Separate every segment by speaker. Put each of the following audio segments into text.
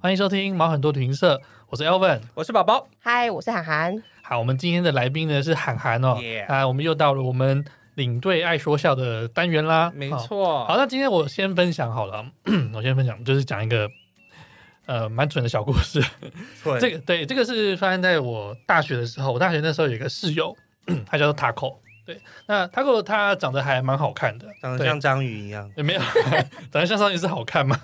Speaker 1: 欢迎收听毛很多旅行社，我是 Elvin。
Speaker 2: 我是宝宝，
Speaker 3: 嗨，我是涵涵。
Speaker 1: 好，我们今天的来宾呢是涵涵哦
Speaker 2: Yeah
Speaker 1: 啊，我们又到了我们领队爱说笑的单元啦，
Speaker 2: 没
Speaker 1: 哦
Speaker 2: 错。
Speaker 1: 好，那今天我先分享好了， 我先分享，就是讲一个呃蛮蠢的小故 事。
Speaker 2: 蠢
Speaker 1: 这个对，这个是发生在我大学的时候，我大学那时候有一个室友， 他叫做 Taco。对，那 Taco 他长得还蛮好看的，
Speaker 2: 长得
Speaker 1: 对
Speaker 2: 像章鱼一样，
Speaker 1: 也没有 长得像章鱼是好看吗？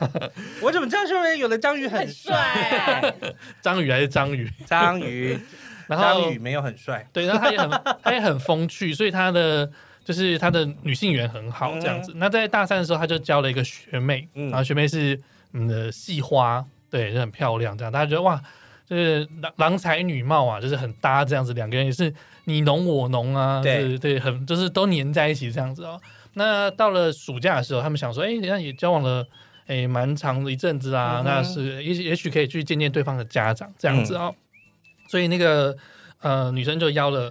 Speaker 2: 我怎么这样说呢？有的章鱼很帅，
Speaker 1: 章鱼还是章鱼？
Speaker 2: 章鱼
Speaker 1: 然后
Speaker 2: 章鱼没有很帅，
Speaker 1: 对，然后他也很他也很风趣，所以他的就是他的女性缘很好这样子。那在大三的时候，他就交了一个学妹，
Speaker 2: 嗯
Speaker 1: 然后学妹是嗯的系花，对，就很漂亮这样。大家觉得哇，就是郎郎才女貌啊，就是很搭这样子，两个人也是你侬我侬啊，
Speaker 2: 对
Speaker 1: 就是对，很就是都黏在一起这样子哦。那到了暑假的时候，他们想说，哎，人家也交往了。哎，蛮长的一阵子啊，
Speaker 2: 嗯哼嗯
Speaker 1: 那是也许也许可以去见见对方的家长这样子哦。所以那个呃，女生就邀了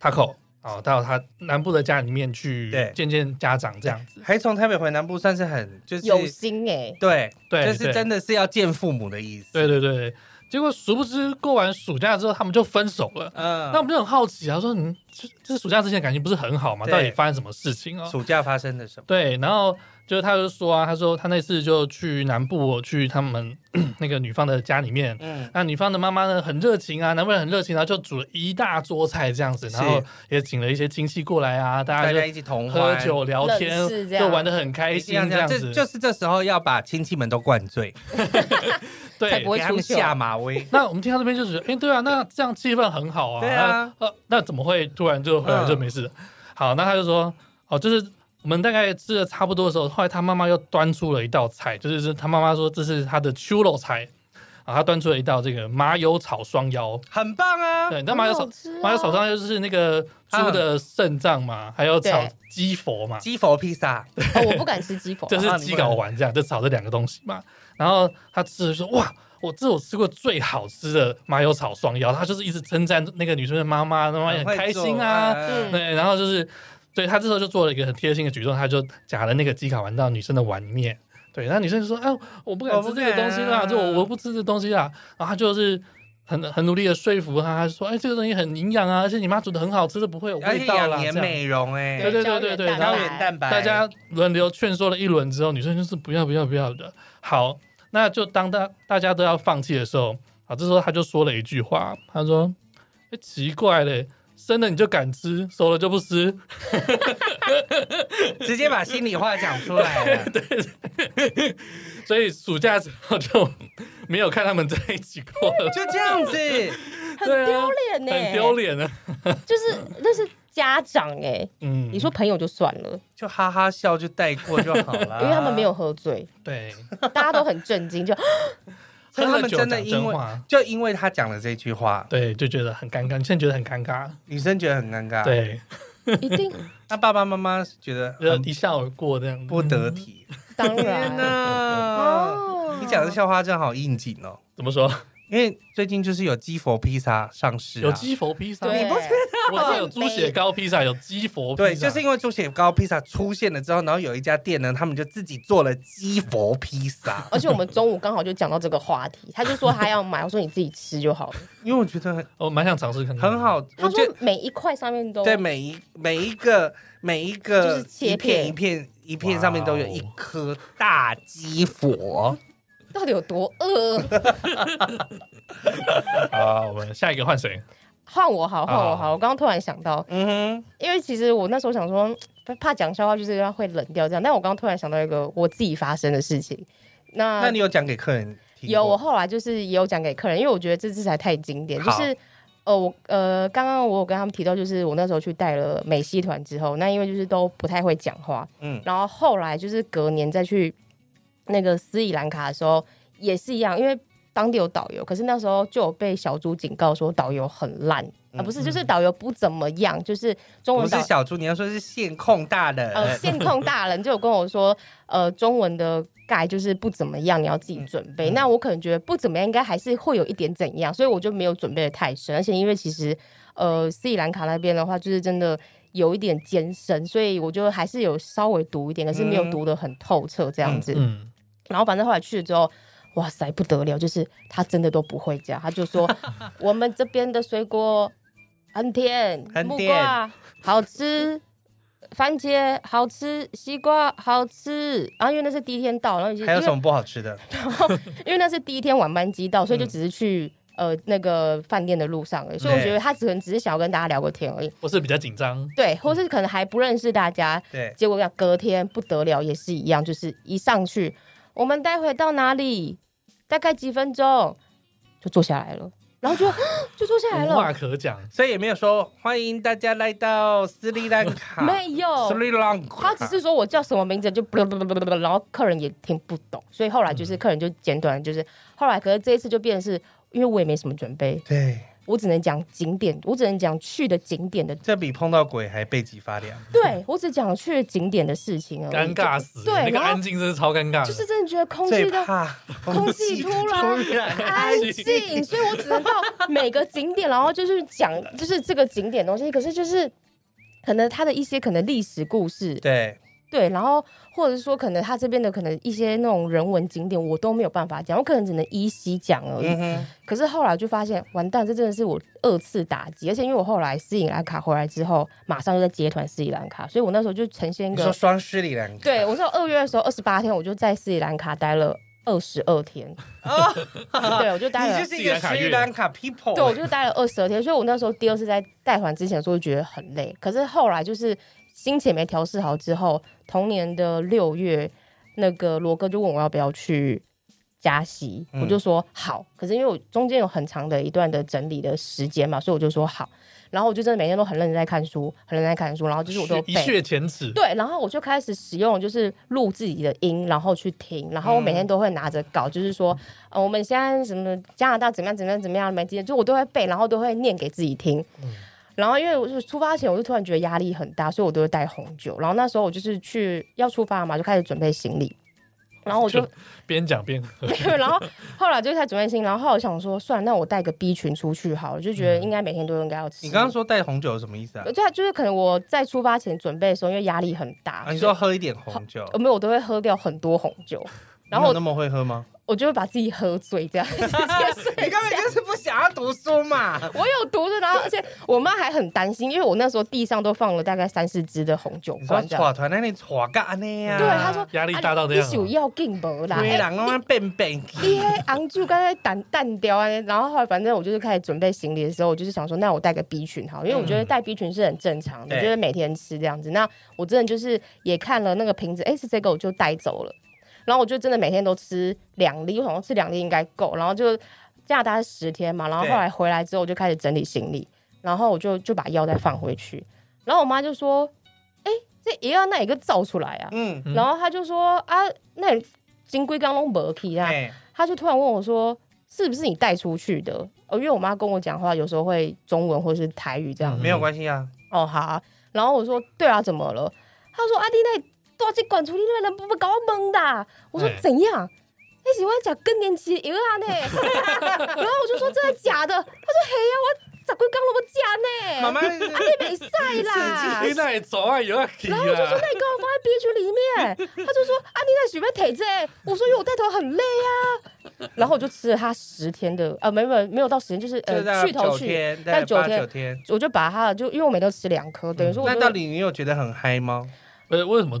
Speaker 1: Taco 哦，到他南部的家里面去
Speaker 2: 对
Speaker 1: 见见家长这样子。
Speaker 2: 还从台北回南部，算是很就是
Speaker 3: 有心哎、
Speaker 2: 对，
Speaker 1: 对，
Speaker 2: 就是真
Speaker 1: 的。
Speaker 2: 的是要见父母的意思。
Speaker 1: 对对对，结果殊不知过完暑假之后，他们就分手了。
Speaker 2: 嗯，
Speaker 1: 那我们就很好奇啊，说你这这暑假之前感情不是很好吗？
Speaker 2: 对
Speaker 1: 到底发生什么事情哦？
Speaker 2: 暑假发生了什么？
Speaker 1: 对，然后就他就说啊，他说他那次就去南部去他们 那个女方的家里面
Speaker 2: 嗯，
Speaker 1: 那女方的妈妈呢很热情啊，男朋友很热情，然后就煮了一大桌菜这样子，
Speaker 2: 是
Speaker 1: 然后也请了一些亲戚过来啊，大
Speaker 2: 大
Speaker 1: 家
Speaker 2: 家
Speaker 1: 就
Speaker 2: 一起同
Speaker 1: 喝
Speaker 2: 欢。
Speaker 1: 酒聊天
Speaker 3: 认识，这样
Speaker 1: 就玩的很开
Speaker 2: 一
Speaker 1: 心
Speaker 2: 定要
Speaker 1: 这样
Speaker 2: 这
Speaker 1: 子，
Speaker 2: 就是这时候要把亲戚们都灌醉，
Speaker 3: 才
Speaker 1: 对
Speaker 3: 不。会
Speaker 2: 给他们
Speaker 3: 出糗
Speaker 2: 下马威。
Speaker 1: 那我们听到这边就觉得，哎，对啊，那这样气氛很好啊。
Speaker 2: 对啊
Speaker 1: 那，呃，那怎么会突然就回来就没事了？好，那他就说，哦，就是我们大概吃的差不多的时候，后来他妈妈又端出了一道菜，就是是他妈妈说这是他的秋肉菜啊，他端出了一道这个麻油炒双腰。
Speaker 2: 很棒啊！
Speaker 1: 对，你知道麻油炒
Speaker 3: 很好吃啊
Speaker 1: 麻油炒上就是那个猪的肾脏嘛，还有炒
Speaker 3: 对
Speaker 1: 鸡佛嘛，
Speaker 2: 鸡佛披萨，
Speaker 3: 哦，我不敢吃鸡粉，
Speaker 2: 啊
Speaker 1: 就是鸡睾丸这样，就炒这两个东西嘛。然后他吃的说：“哇，我这是我吃过最好吃的麻油炒双腰。”他就是一直称赞那个女生的妈妈，妈妈也很开心啊。
Speaker 2: 嗯
Speaker 1: 对，然后就是对他这时候就做了一个很贴心的举动，他就夹了那个鸡睾丸到女生的碗里面。对，然后女生就说：“哎，我不敢
Speaker 2: 我
Speaker 1: 吃
Speaker 2: 不
Speaker 1: 这个东西啦，
Speaker 2: 敢啊
Speaker 1: 就我我不吃这东西啦。”然后他就是。很很努力的说服他，他就说：“哎，这个东西很营养啊，而且你妈煮的很好吃，这不会有
Speaker 2: 而
Speaker 1: 味
Speaker 2: 且
Speaker 1: 道啦。”
Speaker 2: 养颜
Speaker 1: 这样
Speaker 2: 美容哎，
Speaker 1: 对对对对对
Speaker 3: 胶原
Speaker 1: 然
Speaker 3: 蛋
Speaker 1: 后
Speaker 2: 胶
Speaker 3: 白
Speaker 2: 原蛋白，
Speaker 1: 大家轮流劝说了一轮之后，女生就是不要不要不要的。好，那就当大大家都要放弃的时候，啊，这时候他就说了一句话，他说：“哎、奇怪嘞，生了你就敢吃，熟了就不吃。
Speaker 2: 直接把心里话讲出来 了。”
Speaker 1: 所以暑假之后就没有看他们在一起过了，
Speaker 2: 就这样子，
Speaker 3: 很
Speaker 1: 对啊
Speaker 3: 丢脸呢，
Speaker 1: 很丢，脸啊。
Speaker 3: 就是那是家长哎、
Speaker 1: 嗯，
Speaker 3: 你说朋友就算了，
Speaker 2: 就哈哈笑就带过就好了，
Speaker 3: 因为他们没有，喝醉，
Speaker 1: 对，
Speaker 3: 大家都很震惊，就
Speaker 2: 所以他
Speaker 1: 喝了
Speaker 2: 们
Speaker 1: 酒
Speaker 2: 真的
Speaker 1: 讲
Speaker 2: 因
Speaker 1: 真
Speaker 2: 为
Speaker 1: 话，
Speaker 2: 就因为他讲了这句话，
Speaker 1: 对，就觉得很尴尬，你现在觉得很尴尬，
Speaker 2: 女生觉得很尴尬，，
Speaker 1: 对，
Speaker 3: 一定
Speaker 2: 那爸爸妈妈觉得
Speaker 1: 就
Speaker 2: 很
Speaker 1: 一笑而过这样子，嗯
Speaker 2: 不得体。
Speaker 3: 当
Speaker 2: 天
Speaker 3: 然
Speaker 2: 哪，
Speaker 3: 哦
Speaker 2: 你讲的笑话真的好应景哦，
Speaker 1: 怎么说？
Speaker 2: 因为最近就是有鸡佛披萨上市啊，
Speaker 1: 有鸡佛披萨，
Speaker 3: 对，，
Speaker 2: 你不
Speaker 1: 我知道有猪血糕披萨，有鸡佛披萨，
Speaker 2: 对，就是因为猪血糕披萨出现了之后，然后有一家店呢，他们就自己做了鸡佛披萨
Speaker 3: 而且我们中午刚好就讲到这个话题，他就说他要买，我说你自己吃就好了。
Speaker 2: 因为我觉得很
Speaker 1: 我哦蛮想尝试看看，
Speaker 2: 很。好，
Speaker 3: 他
Speaker 2: 我觉得
Speaker 3: 说每一块上面都
Speaker 2: 对，每一每一 个每一
Speaker 3: 哦就
Speaker 2: 个
Speaker 3: 是切
Speaker 2: 一片
Speaker 3: 片
Speaker 2: 一片一片上面都有一颗大鸡佛。
Speaker 3: 到底有多饿？
Speaker 1: 好，我们下一个换谁？
Speaker 3: 换我好，换我
Speaker 1: 啊
Speaker 3: 好。我刚刚突然想到，
Speaker 2: 嗯
Speaker 3: 因为其实我那时候想说，嗯怕讲笑话就是要会冷掉这样，但我刚刚突然想到一个我自己发生的事情。那
Speaker 2: 哼，那你有讲给客人听过？
Speaker 3: 有我后来就是也有讲给客人，因为我觉得这次才太经典，就
Speaker 2: 好
Speaker 3: 是。呃，我呃，刚刚我有跟他们提到，就是我那时候去带了美西团之后，那因为就是都不太会讲话，
Speaker 2: 嗯
Speaker 3: 然后后来就是隔年再去那个斯里兰卡的时候也是一样，因为当地有导游，可是那时候就有被小猪警告说导游很烂啊，
Speaker 2: 嗯
Speaker 3: 不是，就是导游不怎么样，就是中
Speaker 2: 不
Speaker 3: 文导
Speaker 2: 是小猪，你要说是线控大人。
Speaker 3: 呃线控大人就有跟我说，呃，中文的盖就是不怎么样，你要自己准备。那我可能觉得不怎么样，应该还是会有一点怎样，所以我就没有准备的太深，而且因为其实呃斯里兰卡那边的话，就是真的。有一点艰深，所以我就还是有稍微读一点，可是没有
Speaker 2: 嗯
Speaker 3: 读的很透彻这样子。
Speaker 1: 嗯，
Speaker 3: 然后反正后来去了之后，哇塞不得了，就是他真的都不会教，他 就说我们这边的水果很甜，
Speaker 2: 很
Speaker 3: 木
Speaker 2: 甜
Speaker 3: 瓜好吃。番茄好吃，西瓜好吃，然、后因为那是第一天到，然后已经
Speaker 2: 还有
Speaker 3: 因为
Speaker 2: 什么不好吃的？
Speaker 3: 因为那是第一天晚班机到，
Speaker 2: 嗯
Speaker 3: 所以就只是去、呃那个饭店的路上而已。所以我觉得他只能只是想要跟大家聊个天而已，
Speaker 1: 我是比较紧张，
Speaker 3: 对，或是可能还不认识大家。
Speaker 2: 对，
Speaker 3: 结果隔天不得了，也是一样，就是一上去，我们待会到哪里？大概几分钟就坐下来了，然后就 就坐下来
Speaker 1: 无话
Speaker 3: 了，嗯
Speaker 1: 可讲。
Speaker 2: 所以也没有说欢迎大家来到斯里兰卡，
Speaker 3: 没有
Speaker 2: 斯。里兰卡，
Speaker 3: 他只是说我叫什么名字，就不不不不不，然后客人也听不懂，所以后来
Speaker 1: 嗯
Speaker 3: 就是客人就简短，就是后来，可是这一次就变成是因为我也没什么准备，
Speaker 2: 对，
Speaker 3: 我只能讲景点，我只能讲去的景点的，
Speaker 2: 这比碰到鬼还背脊发凉。
Speaker 3: 对我只讲去的景点的事情而
Speaker 1: 尴
Speaker 3: 已。
Speaker 1: 尬死了，
Speaker 3: 对
Speaker 1: 那个
Speaker 3: 然后
Speaker 1: 安静真是超尴尬的，
Speaker 3: 就，就是真的觉得空
Speaker 2: 最
Speaker 3: 气都
Speaker 2: 怕
Speaker 3: 空气突
Speaker 2: 空
Speaker 3: 然
Speaker 2: 气突然
Speaker 3: 安静，所以我只能到每个景点，然后就是讲就是这个景点东西，可是就是。可能它的一些可能历史故事，
Speaker 2: 对，
Speaker 3: 对，然后或者是说可能它这边的可能一些那种人文景点，我都没有办法讲，我可能只能依稀讲而已。
Speaker 2: 嗯哼，
Speaker 3: 可是后来就发现，完蛋，这真的是我二次打击，而且因为我后来斯里兰卡回来之后，马上就在接团斯里兰卡，所以我那时候就呈现一
Speaker 2: 你说
Speaker 3: 个，
Speaker 2: 双斯里兰卡，
Speaker 3: 对我那时候二月的时候二十八天，我就在斯里兰卡待了二十二天，
Speaker 2: 啊，
Speaker 3: 对我就待
Speaker 2: 你
Speaker 3: 了
Speaker 2: 就。是一个斯里兰卡 people，啊
Speaker 3: 对，我就待了二十二天，所以我那时候第二次在带团之前的时候就觉得很累，可是后来就是心情也没调试好之后，同年的六月，那个罗哥就问我要不要去加息，
Speaker 2: 嗯
Speaker 3: 我就说好，可是因为我中间有很长的一段的整理的时间嘛，所以我就说好，然后我就真的每天都很认真在看书，很认真在看书，然后就是我都
Speaker 1: 一
Speaker 3: 背。
Speaker 1: 血前耻，
Speaker 3: 对，然后我就开始使用，就是录自己的音，然后去听，然后我每
Speaker 2: 嗯
Speaker 3: 天都会拿着稿，就是说，呃，我们现在什么加拿大怎么样怎么样怎么样，每天就我都会背，然后都会念给自己听。
Speaker 2: 嗯
Speaker 3: 然后因为我是出发前，我就突然觉得压力很大，所以我都会带红酒。然后那时候我就是去要出发嘛，就开始准备行李。然后 我就，
Speaker 1: 边讲边喝，
Speaker 3: 然后后来就开始准备行李，然后后来我想说，算了，那我带个 B 群出去好了，就觉得应该每天都应该要
Speaker 2: 嗯
Speaker 3: 吃。
Speaker 2: 你刚刚说带红酒是什么意思啊
Speaker 3: 呃，？对啊，就是可能我在出发前准备的时候，因为压力很大，
Speaker 2: 啊，你
Speaker 3: 所以
Speaker 2: 说喝一点红酒，
Speaker 3: 呃，没有，我都会喝掉很多红酒，然
Speaker 2: 你
Speaker 3: 后
Speaker 2: 有那么会喝吗？
Speaker 3: 我就会把自己喝醉，这样 直接睡
Speaker 2: 你根本就是不想要读书嘛。
Speaker 3: 我有毒的，然后而且我妈还很担心，因为我那时候地上都放了大概三四支的红酒
Speaker 2: 你说
Speaker 3: 罐，这样。
Speaker 2: 耍团那你耍干呢呀？
Speaker 3: 对，她说
Speaker 1: 压力大到这
Speaker 3: 一
Speaker 1: 样
Speaker 3: 宿
Speaker 1: 啊，
Speaker 3: 要劲无啦，
Speaker 2: 灰
Speaker 3: 哎
Speaker 2: 狼慢慢变变。
Speaker 3: 你黑昂住刚才淡淡掉啊，然后后来反正我就是开始准备行李的时候，我就是想说，那我带个 B 群好，因为我觉得带 B 群是很正常的，
Speaker 2: 嗯对
Speaker 3: 就是每天吃这样子。那我真的就是也看了那个瓶子，哎、是这个我就带走了，然后我就真的每天都吃两粒，我想说吃两粒应该够，然后就加拿大十天嘛，然后后
Speaker 2: 对
Speaker 3: 来回来之后我就开始整理行李，然后我就就把药再放回去，然后我妈就说，哎、这一样那一个造出来啊，
Speaker 2: 嗯，
Speaker 1: 嗯
Speaker 3: 然后她就说啊，那你金龟缸拢无去啊。
Speaker 2: 哎，
Speaker 3: 他就突然问我说：“是不是你带出去的？”哦，因为我妈跟我讲话有时候会中文或是台语这样。
Speaker 1: 嗯
Speaker 2: 没有关系啊。
Speaker 3: 哦，好啊、然后我说：“对啊，怎么了？”他说：“啊，你那大只管出你那人不不搞我懵的啊、我说
Speaker 1: 哎：“
Speaker 3: 怎样？”你喜欢讲更年期的药啊呢？然后我就说：“真的假的？”他说：“嘿呀、我咋会讲那么假呢？”
Speaker 2: 妈妈，
Speaker 3: 啊，你没晒啦。
Speaker 1: 你那走啊，有啊，
Speaker 3: 然 后我就说：“那你给我放在 B 群里面。”他就说：“啊，你那许被腿子。”我说：“因为我带头很累啊。”然后我就吃了他十天的，呃，没有没有没有到十天，就是
Speaker 2: 就
Speaker 3: 呃
Speaker 2: 到
Speaker 3: 去头
Speaker 2: 九
Speaker 3: 去，
Speaker 2: 天，
Speaker 3: 但
Speaker 2: 对
Speaker 3: 九
Speaker 2: 八
Speaker 3: 天
Speaker 2: 九天。
Speaker 3: 我就把它就因为我每天都吃两颗，等于说我
Speaker 2: 嗯那
Speaker 3: 就
Speaker 2: 到底你有觉得很嗨吗？
Speaker 1: 呃，为什么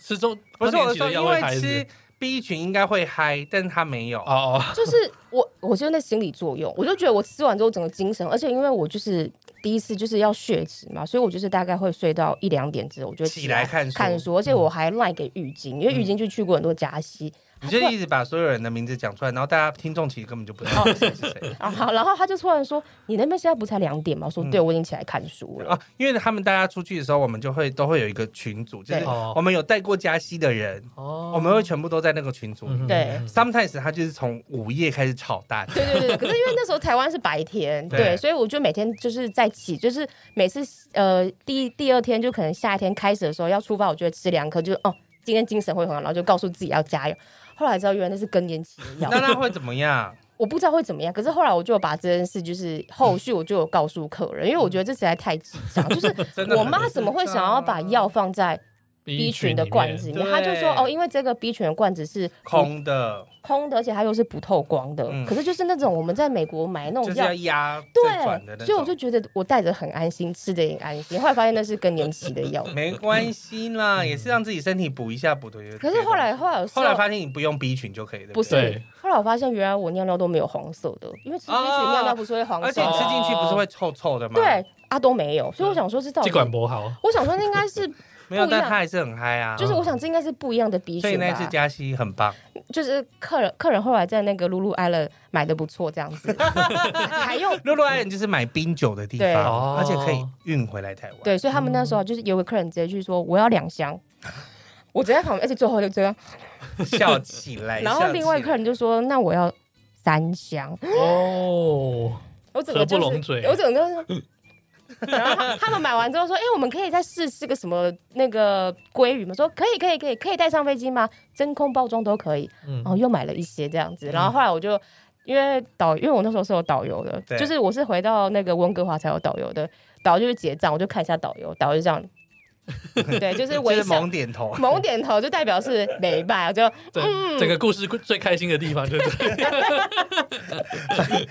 Speaker 1: 吃中
Speaker 2: 不是
Speaker 1: 更
Speaker 2: 我
Speaker 1: 年期
Speaker 2: 说，
Speaker 1: 的药
Speaker 2: 因
Speaker 1: 会
Speaker 2: 为
Speaker 1: 开始
Speaker 2: 吃 B 群应该会嗨，但是他没有。
Speaker 1: 哦哦，
Speaker 3: 就是我，我是那心理作用，我就觉得我吃完之后整个精神，而且因为我就是第一次就是要血脂嘛，所以我就是大概会睡到一两点之后，我就
Speaker 2: 起来看书
Speaker 3: 看书，而且我还赖给浴巾，因为浴巾就去过很多加息，
Speaker 2: 你就一直把所有人的名字讲出来，然后大家听众其实根本就不知道谁是谁
Speaker 3: 啊好，然后他就突然说：“你那边现在不才两点吗？”我说：“
Speaker 2: 嗯
Speaker 3: 对，我已经起来看书了。
Speaker 2: 啊。因为他们大家出去的时候，我们就会都会有一个群组，就是
Speaker 3: 对
Speaker 1: 哦
Speaker 2: 我们有带过加息的人，
Speaker 1: 哦
Speaker 2: 我们会全部都在那个群组里面。
Speaker 3: 对
Speaker 2: Sometimes 他就是从午夜开始炒蛋，
Speaker 3: 对对对，可是因为那时候台湾是白天，
Speaker 2: 对
Speaker 3: 对，所以我就每天就是在起，就是每次呃第第二天就可能下一天开始的时候要出发，我就会吃两颗，就是哦今天精神会很好，然后就告诉自己要加油。后来知道原来那是更年期的
Speaker 2: 那
Speaker 3: 药，
Speaker 2: 那会怎么样？
Speaker 3: 我不知道会怎么样。可是后来我就有把这件事，就是后续我就有告诉客人，因为我觉得这实在太智障，就是
Speaker 2: 真的
Speaker 3: 我
Speaker 2: 很
Speaker 3: 妈怎么会想要把药放在
Speaker 1: B
Speaker 3: B 群
Speaker 1: 群
Speaker 3: 的
Speaker 1: 里
Speaker 3: 罐
Speaker 1: 面
Speaker 3: 子里
Speaker 2: 对
Speaker 3: 面，他就说哦，因为这个 B 群的罐子是不
Speaker 2: 空 的，
Speaker 3: 空的，而且它又是不透光的。
Speaker 2: 嗯
Speaker 3: 可是就是那种我们在美国买那
Speaker 2: 就
Speaker 3: 种
Speaker 2: 是要
Speaker 3: 药，
Speaker 2: 压再转的那种。，
Speaker 3: 对，所以我就觉得我带着很安心，吃的也安心。后来发现那是更年期的药
Speaker 2: 没关系啦，也是让自己身体补一下补的。
Speaker 3: 嗯可是后来后来有时候
Speaker 2: 后来发现你不用 B 群就可以的，
Speaker 3: 不是
Speaker 1: 对，
Speaker 3: 后来我发现原来我尿尿都没有黄色的，因为吃 B 群尿尿不是会黄
Speaker 2: 哦而且嗯
Speaker 3: 色
Speaker 2: 你吃
Speaker 3: 吗？
Speaker 2: 进去不是会臭臭的吗？
Speaker 3: 对，啊都没有，所以我想说是到底
Speaker 1: 这，管不好，
Speaker 3: 我想说那应该是
Speaker 2: 没有，
Speaker 3: 不一样
Speaker 2: 但它还是很嗨 啊。
Speaker 3: 就是我想这应该是不一样的 B
Speaker 2: 所以
Speaker 3: 群
Speaker 2: 那次
Speaker 3: 吧。
Speaker 2: 加息很棒，
Speaker 3: 就是客人客人后来在那个露露爱乐买的不错，这样子还用
Speaker 2: 露露爱人就是买冰酒的地
Speaker 3: 对
Speaker 2: 方，
Speaker 1: 哦
Speaker 2: 而且可以运回来台湾。
Speaker 3: 对，所以他们那时候就是有个客人直接去说我要两箱，我直接在旁边，而且最后就这样，
Speaker 2: 笑起来。
Speaker 3: 然后另
Speaker 2: 笑
Speaker 3: 外一
Speaker 2: 起
Speaker 3: 个
Speaker 2: 来
Speaker 3: 人就说那我要三箱，
Speaker 1: 哦，
Speaker 3: 我整个
Speaker 1: 合
Speaker 3: 就
Speaker 1: 不
Speaker 3: 是
Speaker 1: 拢嘴
Speaker 3: 我整个就是。然后他他们买完之后说：“哎、我们可以再试吃个什么那个鲑鱼吗？”说：“可以，可以，可以，可以带上飞机吗？真空包装都可以。”
Speaker 1: 嗯
Speaker 3: 然，后又买了一些这样子。然后后来我就因为导，因为我那时候是有导游的
Speaker 2: 对，
Speaker 3: 就是我是回到那个温哥华才有导游的，导游就是结账，我就看一下导游，导游就这样，对，就是
Speaker 2: 就
Speaker 3: 微
Speaker 2: 是
Speaker 3: 笑。
Speaker 2: 猛点头，
Speaker 3: 猛点头就代表是美吧，我就
Speaker 1: 对，
Speaker 3: 嗯
Speaker 1: 整个故事最开心的地方就是 这个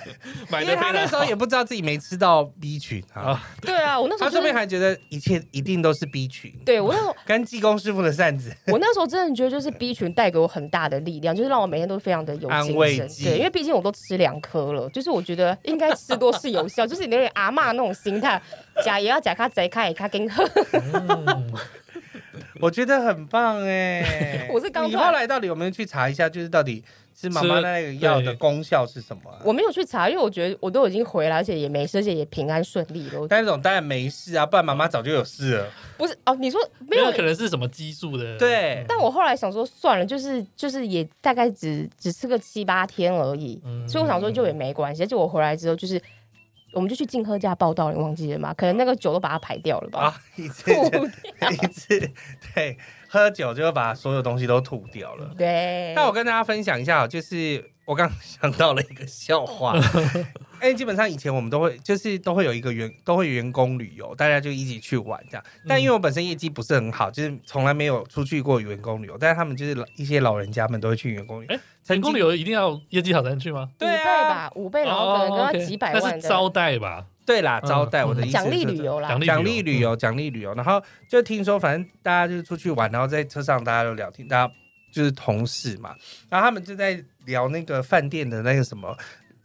Speaker 1: 买
Speaker 2: 因
Speaker 1: 的
Speaker 2: 为他那时候也不知道自己没吃到 B 群啊
Speaker 1: 啊，
Speaker 3: 对啊，我那时
Speaker 2: 他
Speaker 3: 候、
Speaker 2: 这
Speaker 3: 就
Speaker 2: 边
Speaker 3: 是、
Speaker 2: 还觉得一切一定都是 B 群，
Speaker 3: 对我那时候
Speaker 2: 跟济公师傅的扇子。
Speaker 3: 我那时候真的觉得就是 B 群带给我很大的力量，就是让我每天都非常的有
Speaker 2: 安
Speaker 3: 精
Speaker 2: 慰
Speaker 3: 神。
Speaker 2: 剂
Speaker 3: 对，因为毕竟我都吃两颗了，就是我觉得应该吃多是有效，就是你有点阿嬷那种心态，假也要假卡贼卡也卡跟喝。
Speaker 2: 我觉得很棒哎、
Speaker 3: 我是刚
Speaker 2: 你
Speaker 3: 突然
Speaker 2: 后来到底有没有去查一下，就是到底吃妈妈
Speaker 1: 吃
Speaker 2: 那个药的
Speaker 1: 对
Speaker 2: 功效是什么、啊？
Speaker 3: 我没有去查，因为我觉得我都已经回来，而且也没事，而且也平安顺利了。我
Speaker 2: 但那种当然没事啊，不然妈妈早就有事 了。
Speaker 3: 不是哦，你说
Speaker 1: 没
Speaker 3: 没有
Speaker 1: 有？可能是什么激素的，
Speaker 2: 对
Speaker 3: 但我后来想说，算了，就是就是也大概只只吃个七八天而已，
Speaker 1: 嗯
Speaker 3: 所以我想说就也没关系。而且我回来之后，就是我们就去静喝家报道，你忘记了吗？可能那个酒都把它排掉了吧。
Speaker 2: 啊，一次
Speaker 3: 吐
Speaker 2: 就一次，对，喝酒就把所有东西都吐掉了。
Speaker 3: 对，
Speaker 2: 那我跟大家分享一下哦，就是我刚想到了一个笑 话，因为基本上以前我们都会就是都会有一个员都会员工旅游，大家就一起去玩这样。但
Speaker 3: 嗯
Speaker 2: 因为我本身业绩不是很好，就是从来没有出去过员工旅游，但是他们就是老一些老人家们都会去员工旅游
Speaker 1: 哎。成
Speaker 2: 曾经
Speaker 1: 功旅游一定要业绩好才能去吗？
Speaker 3: 五
Speaker 2: 对
Speaker 3: 倍
Speaker 2: 啊，
Speaker 3: 吧，五倍，然后可能跟他几百
Speaker 1: 哦，OK，
Speaker 3: 万
Speaker 1: 那是
Speaker 3: 的
Speaker 1: 招待吧，
Speaker 2: 对啦，招待我的意思
Speaker 3: 嗯奖励
Speaker 2: 是
Speaker 3: 旅游啦
Speaker 1: 奖。
Speaker 2: 奖
Speaker 1: 励
Speaker 2: 励旅游，嗯奖励旅游。然后就听说，反正大家就是出去玩，然后在车上大家都聊天，大家就是同事嘛，然后他们就在聊那个饭店的那个什么。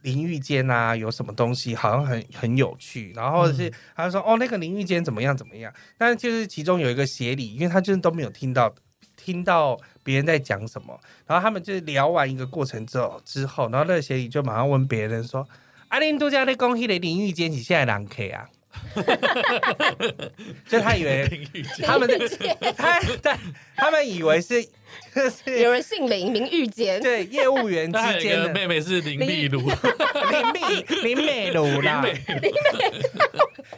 Speaker 2: 淋浴间啊，有什么东西好像很很有趣，然后或者是他就说、哦，那个淋浴间怎么样怎么样？但是就是其中有一个协理，因为他就是都没有听到听到别人在讲什么，然后他们就是聊完一个过程之后之后，然后那个协理就马上问别人说：“啊阿林度假的公司的淋浴间是现在哪 K 啊？” 就他以为
Speaker 1: 淋浴 间
Speaker 2: 哎他们在
Speaker 3: 林玉洁
Speaker 2: 他他他们以为是 就
Speaker 3: 有
Speaker 2: 是
Speaker 3: 人姓林，林玉洁，
Speaker 2: 对业务 员
Speaker 1: 那还有
Speaker 2: 之
Speaker 1: 一
Speaker 2: 间
Speaker 1: 个
Speaker 2: 的
Speaker 1: 妹妹是林丽如，
Speaker 2: 林美林美如啦，
Speaker 1: 林美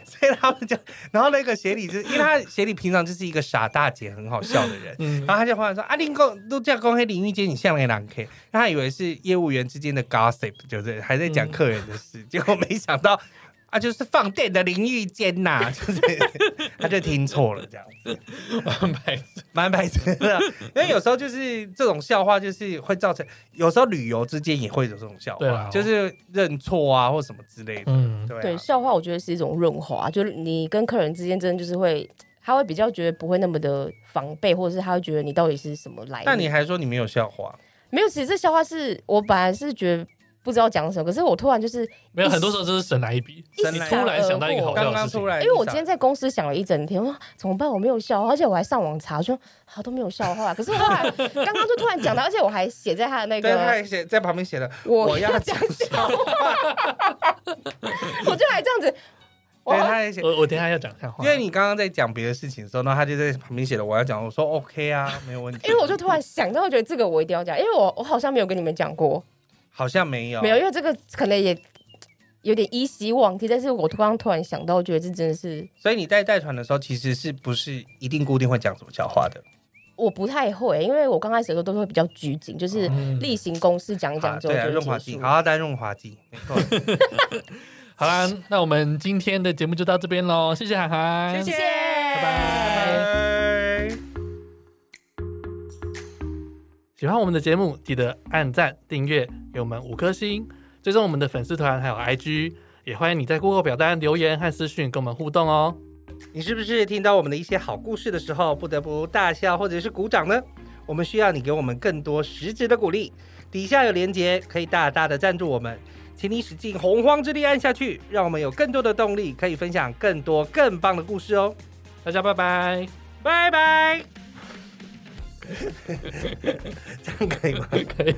Speaker 2: 所以他们就，然后那个协理就是，因为他协理平常就是一个傻大姐，很好笑的人，
Speaker 1: 嗯
Speaker 2: 然后他就忽然说：“啊，林公度假公黑淋浴间，你像那狼 K。”他以为是业务员之间的 gossip，就是还在讲
Speaker 1: 嗯
Speaker 2: 客人的事，结果没想到啊，就是放电的淋浴间呐、就是 他就听错了这样子，
Speaker 1: 完美
Speaker 2: 蛮白痴的。因为有时候就是这种笑话，就是会造成有时候旅游之间也会有这种笑
Speaker 1: 对
Speaker 2: 话，
Speaker 1: 啊
Speaker 2: 就是认错啊或什么之类的。
Speaker 1: 嗯，
Speaker 2: 对啊、
Speaker 3: 对，笑话我觉得是一种润滑，就是你跟客人之间真的就是会，他会比较觉得不会那么的防备，或者是他会觉得你到底是什么来历。
Speaker 2: 那你还说你没有笑话？
Speaker 3: 没有？其实这笑话是我本来是觉得不知道讲什么，可是我突然就是
Speaker 1: 没有很多时候就是神来一笔，
Speaker 3: 一
Speaker 2: 神
Speaker 1: 你
Speaker 2: 来
Speaker 1: 突然想到一个好
Speaker 2: 刚
Speaker 1: 笑的
Speaker 2: 刚
Speaker 1: 事情
Speaker 2: 突，然一
Speaker 3: 因
Speaker 2: 闪，
Speaker 3: 为我今天在公司想了一整天，哇，怎么办？我没有笑话，而且我还上网查，我说好都没有笑话。可是后来 刚刚就突然讲到，而且我还写在他的那
Speaker 2: 对，他
Speaker 3: 个，
Speaker 2: 还写在旁边写了，
Speaker 3: 我
Speaker 2: 我要讲笑话。
Speaker 3: 我就还这样子，我
Speaker 2: 对，他还写，
Speaker 1: 我我等一下要讲一下话，
Speaker 2: 因为你刚刚在讲别的事情的时候，然后他就在旁边写了我要讲，我说 OK 啊，没有问题。
Speaker 3: 因为我就突然想到，我觉得这个我一定要讲，因为我我好像没有跟你们讲过，
Speaker 2: 好像没有，
Speaker 3: 没有，因为这个可能也有点依稀忘记，但是我刚刚突然想到，我觉得这真的是
Speaker 2: 所以你带带团的时候，其实是不是一定固定会讲什么笑话的？
Speaker 3: 我不太会，因为我刚开始的时候都会比较拘谨，就是
Speaker 1: 嗯
Speaker 3: 例行公事讲一
Speaker 2: 好
Speaker 3: 讲之后
Speaker 2: 对啊，
Speaker 3: 就
Speaker 2: 润滑
Speaker 3: 结
Speaker 2: 剂，
Speaker 3: 束。
Speaker 2: 好好带润滑剂，没 错。
Speaker 1: 好啦，那我们今天的节目就到这边喽，谢谢涵涵，
Speaker 2: 谢谢，
Speaker 3: 谢谢
Speaker 2: 拜拜。
Speaker 1: 喜欢我们的节目，记得按赞、订阅，给我们五颗星，追踪我们的粉丝团还有 IG，也欢迎你在 Google 表单留言和私讯跟我们互动哦。
Speaker 2: 你是不是听到我们的一些好故事的时候，不得不大笑或者是鼓掌呢？我们需要你给我们更多实质的鼓励。底下有连结，可以大大的赞助我们，请你使尽洪荒之力按下去，让我们有更多的动力，可以分享更多更棒的故事哦。
Speaker 1: 大家拜拜。
Speaker 2: 拜 拜，这样可以吗？
Speaker 1: 可以。